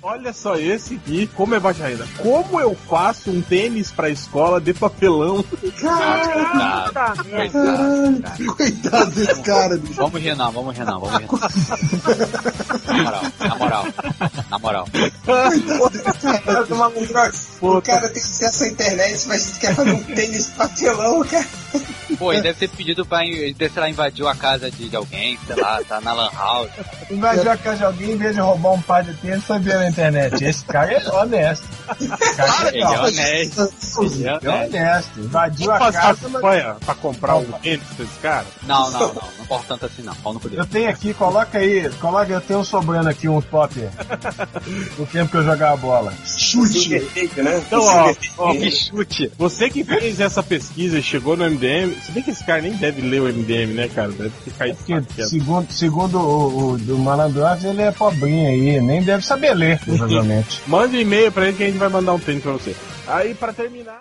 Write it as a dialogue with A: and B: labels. A: Olha só esse e como é baixa renda. Como eu faço um tênis pra escola de papelão?
B: Coitado, coitado, coitado, cara.
C: Coitado desse cara, bicho.
B: Vamos, Renan, vamos, Renan, vamos, Renan. Na moral, na moral,
C: Coitado desse cara. bicho.
A: tomar um
C: O cara tem acesso à internet, mas quer fazer um tênis de papelão, cara.
B: na moral. Pô, ele deve ter pedido pra, ele deve, sei lá, invadiu a casa de, de alguém, sei lá, tá na lan house.
D: Invadiu a casa de alguém, em vez de roubar um par de tênis, foi ver na internet. Esse cara é honesto. Esse cara
B: Ele é honesto, ele é
D: é
B: honesto.
D: honesto. Invadiu a
A: Vamos fazer
D: casa, mas...
A: campanha pra comprar um tênis pra esse cara?
B: Não, não, não, não importante assim não, pau no cu dele.
D: Eu tenho aqui, coloca aí, coloca, eu tenho sobrando aqui um topper. o tempo que eu jogava bola.
C: Chute.
E: Perfeito, né?
A: Então, ó, ó,
B: Me chute.
A: você que fez essa pesquisa e chegou no MDM, se bem que esse cara nem deve ler o MDM, né, cara? Deve ter caído
D: Porque,
A: de
D: segundo, segundo o, o do Malandrox, ele é pobrinho aí, nem deve saber ler, provavelmente.
A: Manda um e-mail pra ele que a gente vai mandar um tênis pra você. Aí, pra terminar.